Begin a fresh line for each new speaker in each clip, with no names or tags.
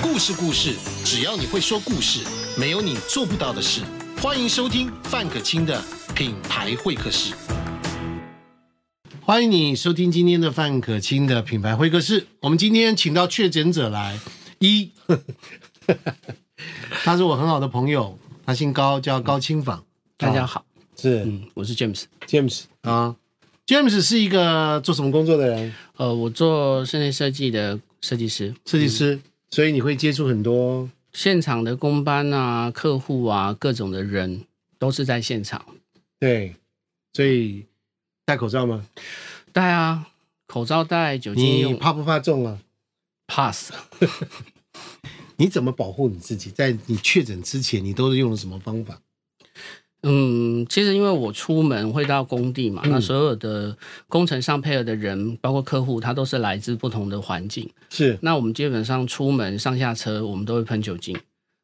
故事故事，只要你会说故事，没有你做不到的事。欢迎收听范可清的品牌会客室。欢迎你收听今天的范可清的品牌会客室。我们今天请到确诊者来，一， 他是我很好的朋友，他姓高，叫高清坊。
大
哦
家好，
是
嗯，我是 James，
James 啊，James 是一个做什么工作的人？
呃，我做室内设计的设计师，
设计师，所以你会接触很多
现场的工班啊、客户啊、各种的人都是在现场。
对，所以戴口罩吗？
戴啊，口罩戴，酒精
你
用
怕不怕中啊？
pass。
你怎么保护你自己？在你确诊之前，你都是用了什么方法？
嗯，其实因为我出门会到工地嘛，
嗯
那所有的工程上配合的人，包括客户，他都是来自不同的环境。
是
那我们基本上出门上下车，我们都会喷酒精，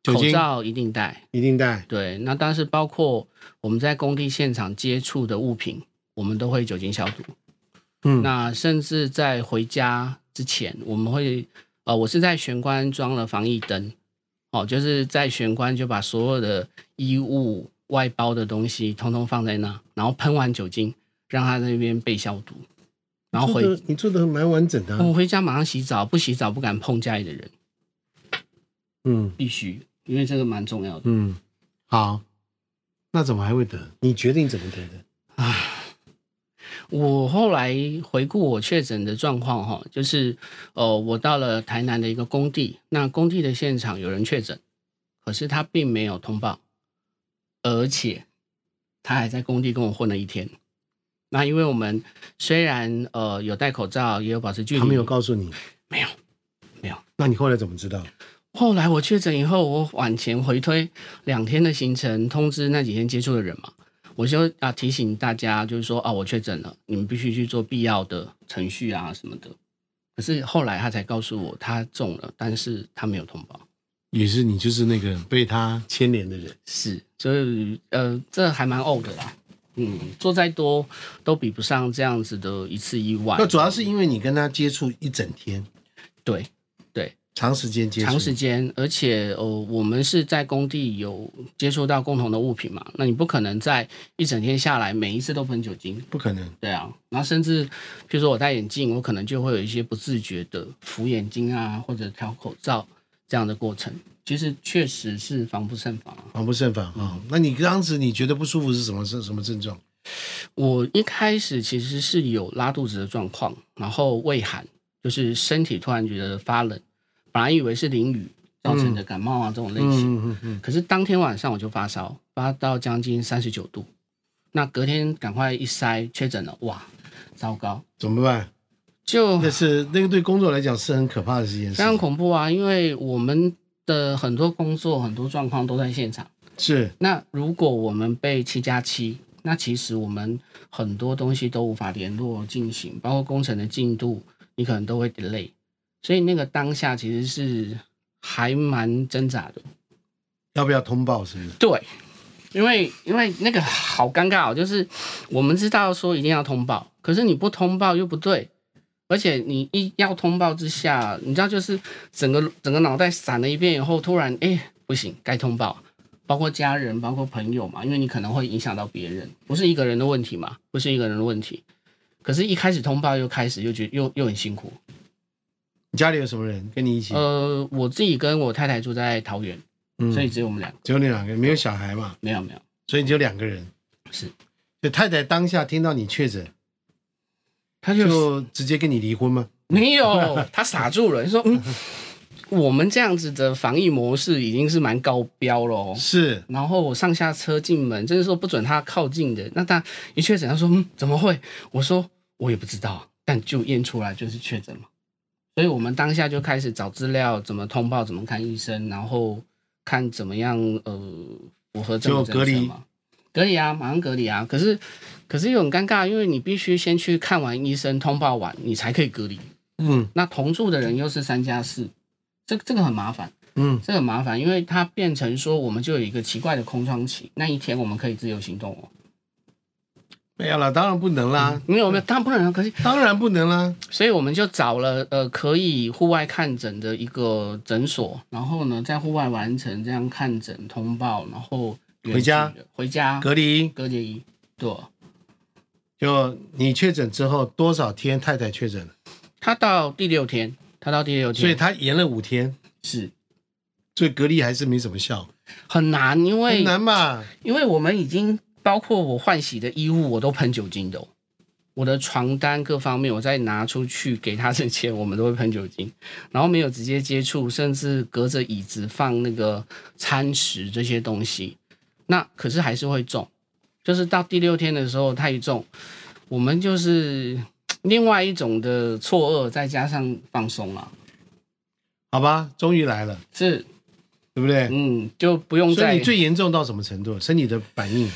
酒
口
精
罩一定戴。
一定戴，
对，那但是包括我们在工地现场接触的物品，我们都会酒精消毒。
嗯
那甚至在回家之前，我们会呃，我是在玄关装了防疫灯，哦，就是在玄关就把所有的衣物、外包的东西通通放在那，然后喷完酒精，让它在那边被消毒，然后回
做得你做的蛮完整的啊、
我回家马上洗澡，不洗澡不敢碰家里的人，
嗯
必须，因为这个蛮重要的。
嗯，好，那怎么还会得？你决定怎么得的？
我后来回顾我确诊的状况哈，就是呃，我到了台南的一个工地，那工地的现场有人确诊，可是他并没有通报，而且他还在工地跟我混了一天。那因为我们虽然呃有戴口罩，也有保持距离，
他没有告诉你，
没有。
那你后来怎么知道？
后来我确诊以后，我往前回推两天的行程，通知那几天接触的人嘛，我就啊提醒大家，就是说啊我确诊了，你们必须去做必要的程序啊什么的。可是后来他才告诉我他中了，但是他没有通报。
也是你就是那个被他牵连的人。
是，所以呃，这还蛮呕的啦。嗯，做再多都比不上这样子的一次意外。
那主要是因为你跟他接触一整天，
对对，
长时间接触，
长时间，而且呃，我们是在工地有接触到共同的物品嘛，那你不可能在一整天下来每一次都喷酒精，
不可能。
对啊，然后甚至譬如说我戴眼镜，我可能就会有一些不自觉的扶眼睛啊，或者挑口罩这样的过程，其实确实是防不胜防啊。
防不胜防啊、那你当时你觉得不舒服是什么是什么症状？
我一开始其实是有拉肚子的状况，然后畏寒，就是身体突然觉得发冷，本来以为是淋雨造成的感冒啊、这种类型。
嗯嗯嗯，
可是当天晚上我就发烧，发到将近三十九度。那隔天赶快一筛，确诊了，哇，糟糕，
怎么办？
就
那是那个对工作来讲是很可怕的一件
非常
事，
恐怖啊！因为我们的很多工作、很多状况都在现场。
是
那如果我们被七加七，那其实我们很多东西都无法联络进行，包括工程的进度，你可能都会 delay。所以那个当下其实是还蛮挣扎的。
要不要通报？是不是？
对，因为因为那个好尴尬哦，就是我们知道说一定要通报，可是你不通报又不对，而且你一要通报之下，你知道就是整个整个脑袋闪了一遍以后，突然哎不行，该通报，包括家人，包括朋友嘛，因为你可能会影响到别人，不是一个人的问题嘛，不是一个人的问题。可是，一开始通报又开始又觉又又很辛苦。
你家里有什么人跟你一起？
呃，我自己跟我太太住在桃园，
嗯
所以只有我们两个，
只有你两个人，没有小孩嘛，
没有没有
所以你就两个人。
是。
所以太太当下听到你确诊，
他就
就直接跟你离婚吗？
没有，他傻住了。你说，嗯，我们这样子的防疫模式已经是蛮高标了哦。
是，
然后我上下车进门，就是说不准他靠近的。那他一确诊，他说，嗯，怎么会？我说我也不知道，但就验出来就是确诊嘛。所以我们当下就开始找资料，怎么通报，怎么看医生，然后看怎么样呃符合这个
就隔离
政策嘛。隔离啊，马上隔离啊！可是，可是又很尴尬，因为你必须先去看完医生，通报完，你才可以隔离。
嗯
那同住的人又是三加四，这这个很麻烦，
嗯，
这个很麻烦，因为它变成说我们就有一个奇怪的空窗期，那一天我们可以自由行动哦。
没有啦，当然不能啦，
没有没有，当然不能，可是
当然不能啦。
所以我们就找了呃可以户外看诊的一个诊所，然后呢在户外完成这样看诊通报，然后远距
回家
的回家
隔离
隔离，对，
就你确诊之后多少天，太太确诊了，
他到第六天，他到第六天，
所以她延了五天，
是
所以隔离还是没什么效，
很难，因为
很难吧？
因为我们已经包括我换洗的衣物，我都喷酒精的哦、我的床单各方面，我再拿出去给他之前，我们都会喷酒精，然后没有直接接触，甚至隔着椅子放那个餐食这些东西，那可是还是会中，就是到第六天的时候太重，我们就是另外一种的错愕，再加上放松了，
好吧，终于来了，
是
对不对？
嗯，就不用
所
再
以你最严重到什么程度？身体的反应，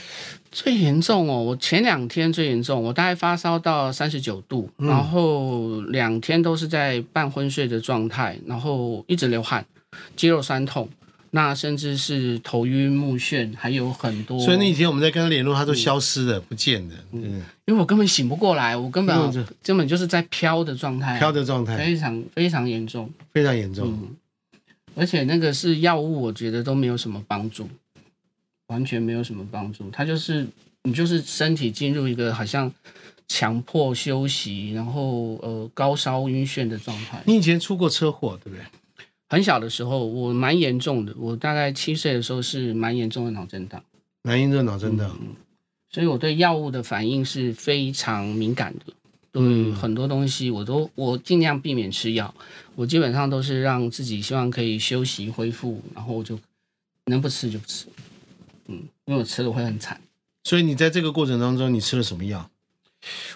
最严重哦，我前两天最严重，我大概发烧到三十九度，
嗯
然后两天都是在半昏睡的状态，然后一直流汗，肌肉酸痛，那甚至是头晕目眩，还有很多。
所以那几天我们在跟他联络，他都消失了，不见了，嗯，
因为我根本醒不过来，我根
因为
本
这
根本就是在飘的状态啊、
飘的状态
非常非常严重，
非常严重。
嗯而且那个是药物，我觉得都没有什么帮助，完全没有什么帮助。它就是你就是身体进入一个好像强迫休息，然后呃高烧晕眩的状态。
你以前出过车祸，对不对？
很小的时候，我蛮严重的，我大概七岁的时候是蛮严重的脑震荡，
男婴热脑震荡，
所以我对药物的反应是非常敏感的。
嗯，
很多东西我都我尽量避免吃药，我基本上都是让自己希望可以休息恢复，然后我就能不吃就不吃，嗯，因为我吃了会很惨。
所以你在这个过程当中，你吃了什么药？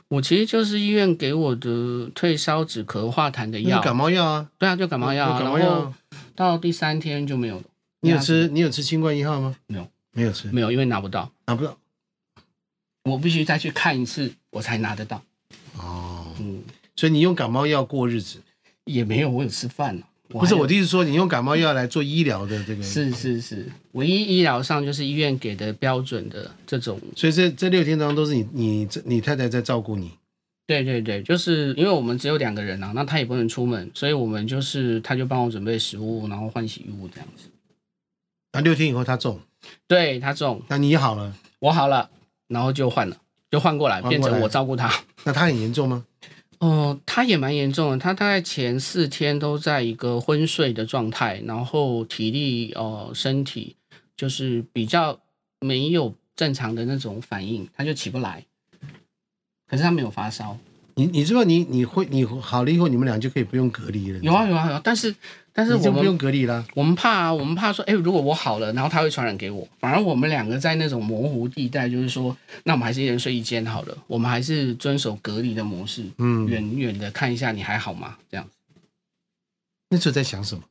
我其实就是医院给我的退烧止咳化痰的
你
药，
感冒药啊，
对啊，就感冒药啊，
感
然
冒药
后
啊。
到第三天就没有了，
你有吃？你有吃新冠一号吗？
没有，
没有吃，
没有，因为拿不到，
拿不到。
我必须再去看一次我才拿得到，
哦，
嗯，
所以你用感冒药过日子，
也没有，我有吃饭啊，我
不是
还有
我的意思说，你用感冒药来做医疗的这个，
是是是，唯一医疗上就是医院给的标准的这种
所以这这六天当中都是你你你太太在照顾你，
对对对，就是因为我们只有两个人啊，那他也不能出门，所以我们就是他就帮我准备食物，然后换洗衣物这样子。
那六天以后她中，
对他中，
那你好了，
我好了，然后就换了，就换过来，
换过来
变成我照顾他。
那她很严重吗？
哦，他也蛮严重的，他大概前四天都在一个昏睡的状态，然后体力呃身体就是比较没有正常的那种反应，他就起不来。可是他没有发烧，
你你知不知道你你会你好了以后，你们俩就可以不用隔离了。
有啊有啊有啊，但是但
你
是
知道，你就
我
不
们
用隔离啦。
我们怕啊，我们怕说，哎、如果我好了，然后他会传染给我。反而我们两个在那种模糊地带，就是说，那我们还是一人睡一间好了，我们还是遵守隔离的模式，
嗯，
远远的看一下你还好吗？这样。
那时候在想什么？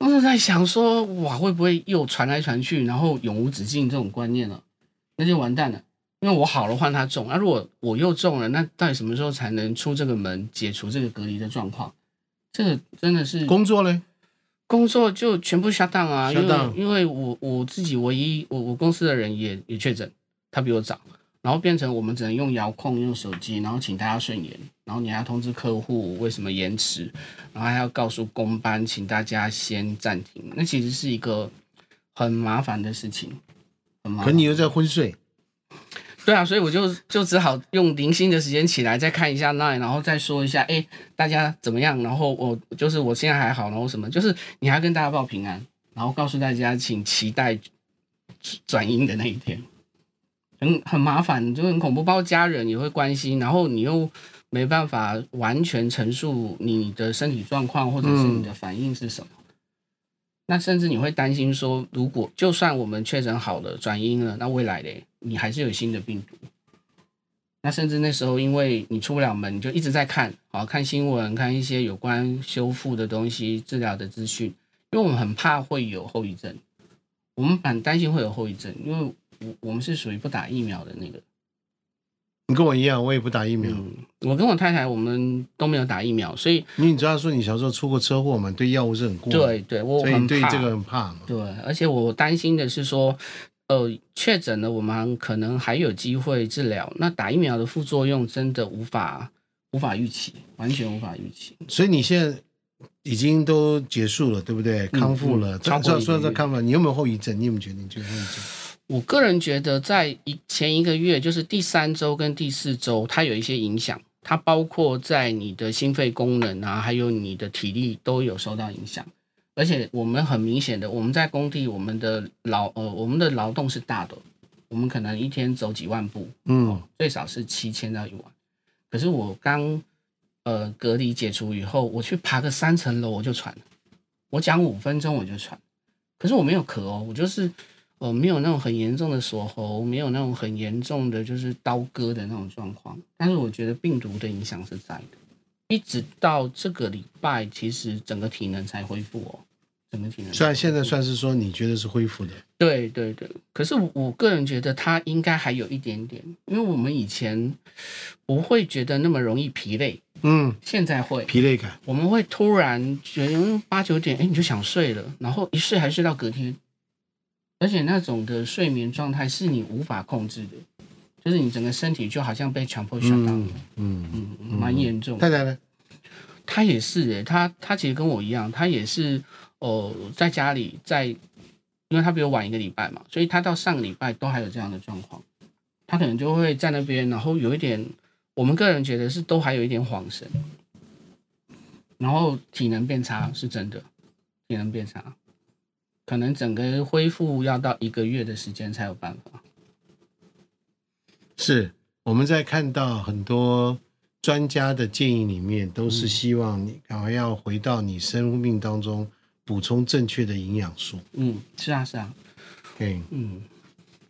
我那时候在想说，哇，会不会又传来传去，然后永无止境这种观念了，那就完蛋了。因为我好了换他中，那、啊如果我又中了，那到底什么时候才能出这个门，解除这个隔离的状况？这个真的是
工作嘞？
工作就全部下档啊，因
shut
为
down
因为我我自己唯一我我公司的人也也确诊，他比我早，然后变成我们只能用遥控用手机，然后请大家顺延，然后你还要通知客户为什么延迟，然后还要告诉公班请大家先暂停，那其实是一个很麻烦的事情，很麻
可
烦。
你又在昏睡，
对啊，所以我就就只好用零星的时间起来再看一下 Line，然后再说一下，哎，大家怎么样？然后我就是我现在还好，然后什么，就是你还要跟大家报平安，然后告诉大家，请期待转阴的那一天，很很麻烦，就很恐怖，包括家人也会关心，然后你又没办法完全陈述你的身体状况或者是你的反应是什么。那甚至你会担心说，如果就算我们确诊好了、转阴了，那未来嘞，你还是有新的病毒。那甚至那时候，因为你出不了门，你就一直在看，好看新闻，看一些有关修复的东西、治疗的资讯，因为我们很怕会有后遗症，我们蛮担心会有后遗症，因为我我们是属于不打疫苗的那个。
你跟我一样，我也不打疫苗。
嗯，我跟我太太我们都没有打疫苗，所以
因为你知道说你小时候出过车祸嘛，对药物是很过敏，
对对，我
所以
很
你对
怕
这个很怕嘛。
对，而且我担心的是说，呃确诊了，我们可能还有机会治疗。那打疫苗的副作用真的无法无法预期，完全无法预期。
所以你现在已经都结束了，对不对？康复了，
嗯
这
超过
这
一个
说
月
这康复了，你有没有后遗症？你有没有觉得你觉得后遗症？
我个人觉得，在一前一个月，就是第三周跟第四周，它有一些影响，它包括在你的心肺功能啊，还有你的体力都有受到影响。而且我们很明显的，我们在工地，我们的劳呃，我们的劳动是大的，我们可能一天走几万步，
嗯，
最少是七千到一万。可是我刚呃隔离解除以后，我去爬个三层楼我就喘了，我讲五分钟我就喘，可是我没有咳哦，我就是呃没有那种很严重的锁喉，没有那种很严重的就是刀割的那种状况。但是我觉得病毒的影响是在的，一直到这个礼拜，其实整个体能才恢复哦。整个体能才恢复，
虽然现在算是说你觉得是恢复的，
对对对，可是我我个人觉得他应该还有一点点，因为我们以前不会觉得那么容易疲累，
嗯，
现在会，
疲累感，
我们会突然觉得嗯八九点，哎，你就想睡了，然后一睡还睡到隔天，而且那种的睡眠状态是你无法控制的，就是你整个身体就好像被强迫shut down
嗯
了，
嗯。
嗯，蛮严重的。
太太呢？
他也是诶、他他其实跟我一样，他也是哦、呃在家里在，因为他比我晚一个礼拜嘛，所以他到上个礼拜都还有这样的状况，他可能就会在那边，然后有一点，我们个人觉得是都还有一点恍神，然后体能变差是真的，体能变差，可能整个恢复要到一个月的时间才有办法。
是我们在看到很多专家的建议里面，都是希望你赶快要回到你生命当中补充正确的营养素。
嗯，是啊，是啊，
对，
嗯，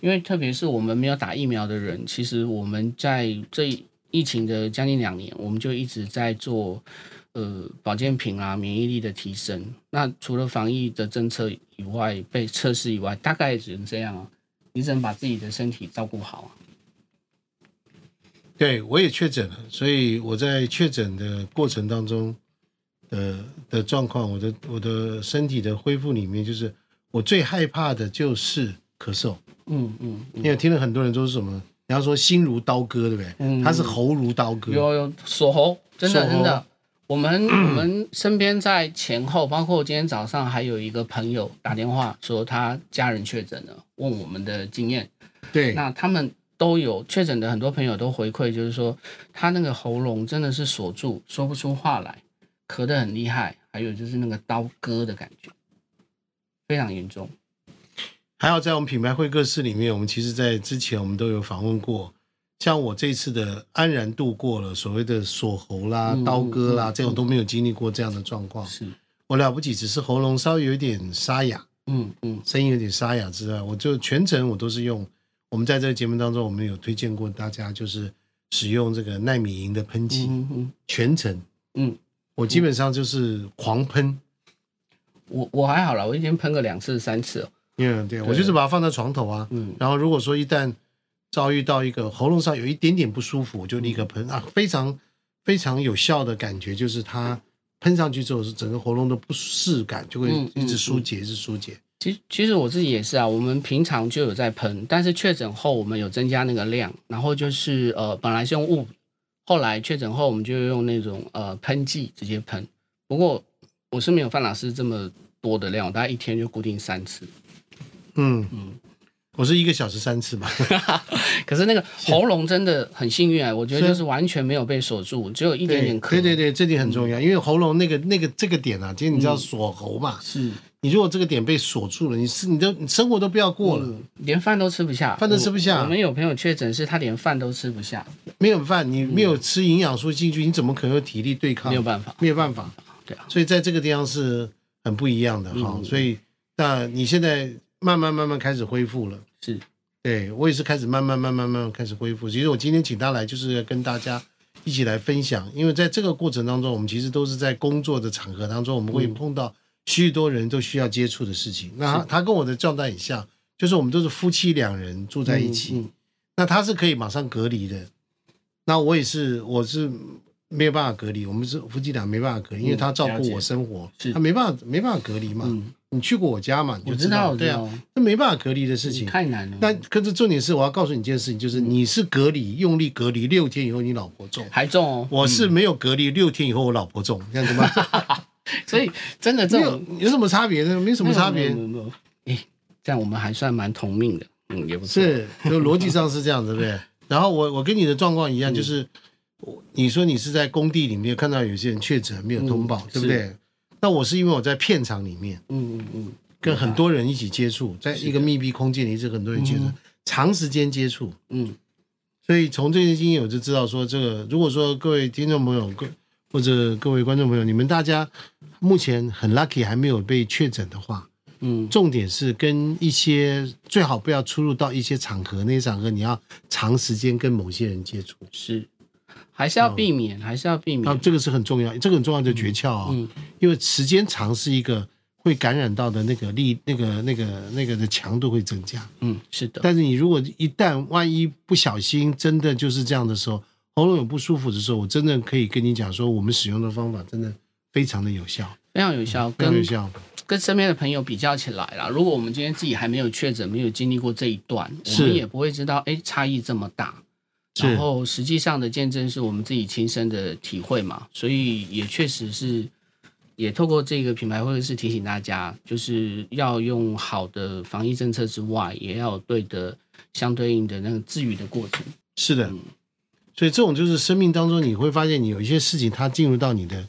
因为特别是我们没有打疫苗的人，其实我们在这疫情的将近两年，我们就一直在做呃保健品啊、免疫力的提升。那除了防疫的政策以外，被测试以外，大概也只能这样啊。你只能把自己的身体照顾好啊。
对我也确诊了，所以我在确诊的过程当中的的状况，我的我的身体的恢复里面，就是我最害怕的就是咳嗽，
嗯嗯嗯，
因为听了很多人都是什么，人家说心如刀割，对不对？
嗯
他是喉如刀割，
有有锁喉，真的
锁喉
真的。我们我们身边在前后，包括今天早上还有一个朋友打电话说他家人确诊了，问我们的经验。
对，
那他们都有确诊的很多朋友都回馈，就是说他那个喉咙真的是锁住，说不出话来，咳得很厉害，还有就是那个刀割的感觉，非常严重。
还有在我们品牌会客室里面，我们其实在之前我们都有访问过，像我这次的安然度过了所谓的锁喉啦、
嗯
刀割啦，
嗯
这种都没有经历过这样的状况。
是，
我了不起，只是喉咙稍微有一点沙哑，
嗯嗯
声音有点沙哑之外，我就全程我都是用。我们在这个节目当中，我们有推荐过大家，就是使用这个奈米银的喷剂，
嗯嗯，
全程，
嗯，
我基本上就是狂喷，
我我还好啦，我一天喷个两次三次哦。
因为对我就是把它放在床头啊，
嗯
然后如果说一旦遭遇到一个喉咙上有一点点不舒服，我就立刻喷啊，非常非常有效的感觉就是它喷上去之后，是整个喉咙的不适感就会
嗯嗯
一直疏解，一直疏解。
其实其实我自己也是啊，我们平常就有在喷，但是确诊后我们有增加那个量，然后就是呃本来是用雾，后来确诊后我们就用那种呃喷剂直接喷。不过我是没有范老师这么多的量，我大概一天就固定三次。
嗯我是一个小时三次吧，
可是那个喉咙真的很幸运啊，我觉得就是完全没有被锁住，只有一点嗯点咳。
对对对，这点很重要，因为喉咙那个那个这个点啊，其实你知
嗯
道锁喉嘛，
是，
你如果这个点被锁住了，你是你的你生活都不要过了，
嗯，连饭都吃不下，
饭都吃不下
我。我们有朋友确诊是他连饭都吃不下，
没有饭，你没有吃营养素进去，你怎么可能有体力对抗？
嗯没有办法。
没有办法。
对啊，
所以在这个地方是很不一样的哈、
嗯
所以那你现在慢慢慢慢开始恢复了，
是
对我也是开始慢慢慢慢慢慢开始恢复。其实我今天请他来就是要跟大家一起来分享，因为在这个过程当中，我们其实都是在工作的场合当中，我们会
嗯
碰到许多人都需要接触的事情。那他他跟我的状态很像，就是我们都是夫妻两人住在一起，
嗯嗯
那他是可以马上隔离的，那我也是，我是没有办法隔离，我们是夫妻俩没办法隔离，因为他照
嗯了
顾
解
我生活，
是
他没办法没办法隔离嘛。
嗯
你去过我家嘛？你
我
就
知
道
道，
了
我
对
知
啊，
道，
这没办法隔离的事情。
太难了。
那可是重点是，我要告诉你一件事情，就是
嗯
你是隔离用力隔离六天以后，你老婆中；
还重哦，
我是没有隔离六天以后，我老婆中，这样子 吗？
所以真的这
没
种
有有什么差别呢？没什么差别
没，有没有没有没有哎，这样我们还算蛮同命的，嗯，也不错。
是就逻辑上是这样，对不 对？然后我我跟你的状况一
嗯
样，就是我你说你是在工地里面看到有些人确诊没有通报
嗯，
对不对？那我是因为我在片场里面
嗯嗯嗯，
跟很多人一起接触，在一个密闭空间里，一直很多人接触
嗯，
长时间接触，
嗯，
所以从这些经验，我就知道说，这个如果说各位听众朋友、各或者各位观众朋友，你们大家目前很 lucky 还没有被确诊的话，
嗯，
重点是跟一些最好不要出入到一些场合，那些场合你要长时间跟某些人接触，
是，还是要避免，还是要避
那
免。
这个是很重要，这个很重要的诀窍啊、
嗯
因为时间长是一个会感染到的那个力、那个、那个、那个的强度会增加。
嗯，是的，
但是你如果一旦万一不小心真的就是这样的时候，喉咙有不舒服的时候，我真的可以跟你讲说，我们使用的方法真的非常的有效，
非常有效，
嗯非常有
跟
效。
跟身边的朋友比较起来啦。如果我们今天自己还没有确诊，没有经历过这一段，我
是
们也不会知道，哎，差异这么大。
是
然后实际上的见证是我们自己亲身的体会嘛，所以也确实是，也透过这个品牌会是提醒大家，就是要用好的防疫政策之外，也要有对的相对应的那个治愈的过程。
是的，所以这种就是生命当中你会发现，你有一些事情它进入到你的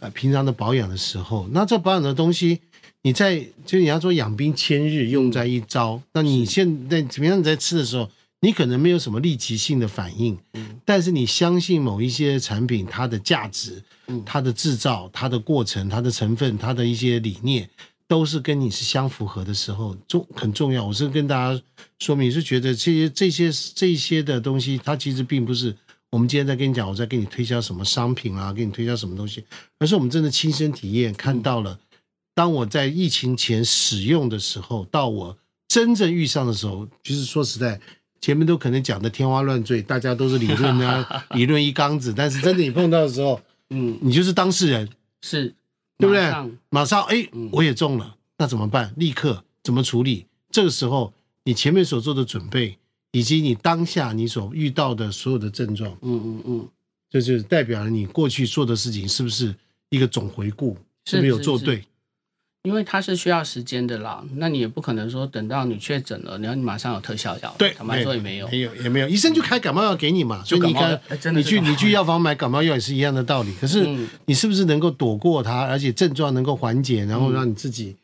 呃平常的保养的时候，那这保养的东西，你在就是你要说养兵千日，用在一朝。那你现在怎么样你在吃的时候，你可能没有什么立即性的反应，但是你相信某一些产品它的价值、它的制造、它的过程、它的成分、它的一些理念。都是跟你是相符合的时候，重很重要。我是跟大家说明，是觉得这些这些这些的东西，它其实并不是我们今天在跟你讲，我在跟你推销什么商品啊，给你推销什么东西，而是我们真的亲身体验看到了。当我在疫情前使用的时候，到我真正遇上的时候，其实说实在，前面都可能讲的天花乱坠，大家都是理论啊，理论一缸子，但是真的你碰到的时候，
嗯，
你就是当事人，
是，
对不对
马上？
马上哎
嗯，
我也中了，那怎么办？立刻怎么处理？这个时候，你前面所做的准备，以及你当下你所遇到的所有的症状，
嗯嗯嗯，
这就是代表了你过去做的事情是不是一个总回顾，
是
是不是有
是
做
是
对？
因为它是需要时间的啦，那你也不可能说等到你确诊了，然后你马上有特效药，
对，
坦白说也没有。
没有也没有，医生就开感冒药给你嘛，所
就
以你
感冒药
看
哎真，的
你
是
去
感冒
你去药房买感冒药也是一样的道理。可是
嗯
你是不是能够躲过它，而且症状能够缓解，然
嗯
后让你自己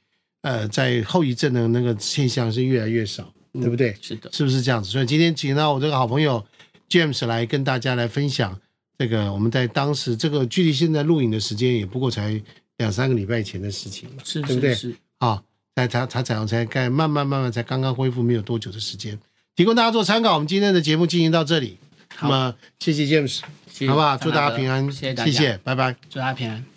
呃在后遗症的那个现象是越来越少，
嗯
对不对？
是的，
是不是这样子？所以今天请到我这个好朋友 James 来跟大家来分享这个我们在当时这个距离现在录影的时间也不过才两三个礼拜前的事情嘛，
是
对不对
是是，
啊，才才才才才该慢慢慢慢才刚刚恢复没有多久的时间，提供大家做参考。我们今天的节目进行到这里，那么谢谢 James，
谢谢
好不好？
张
祝大
大
家
哥
平安，
谢谢大家
谢谢，拜拜。
祝大家平安。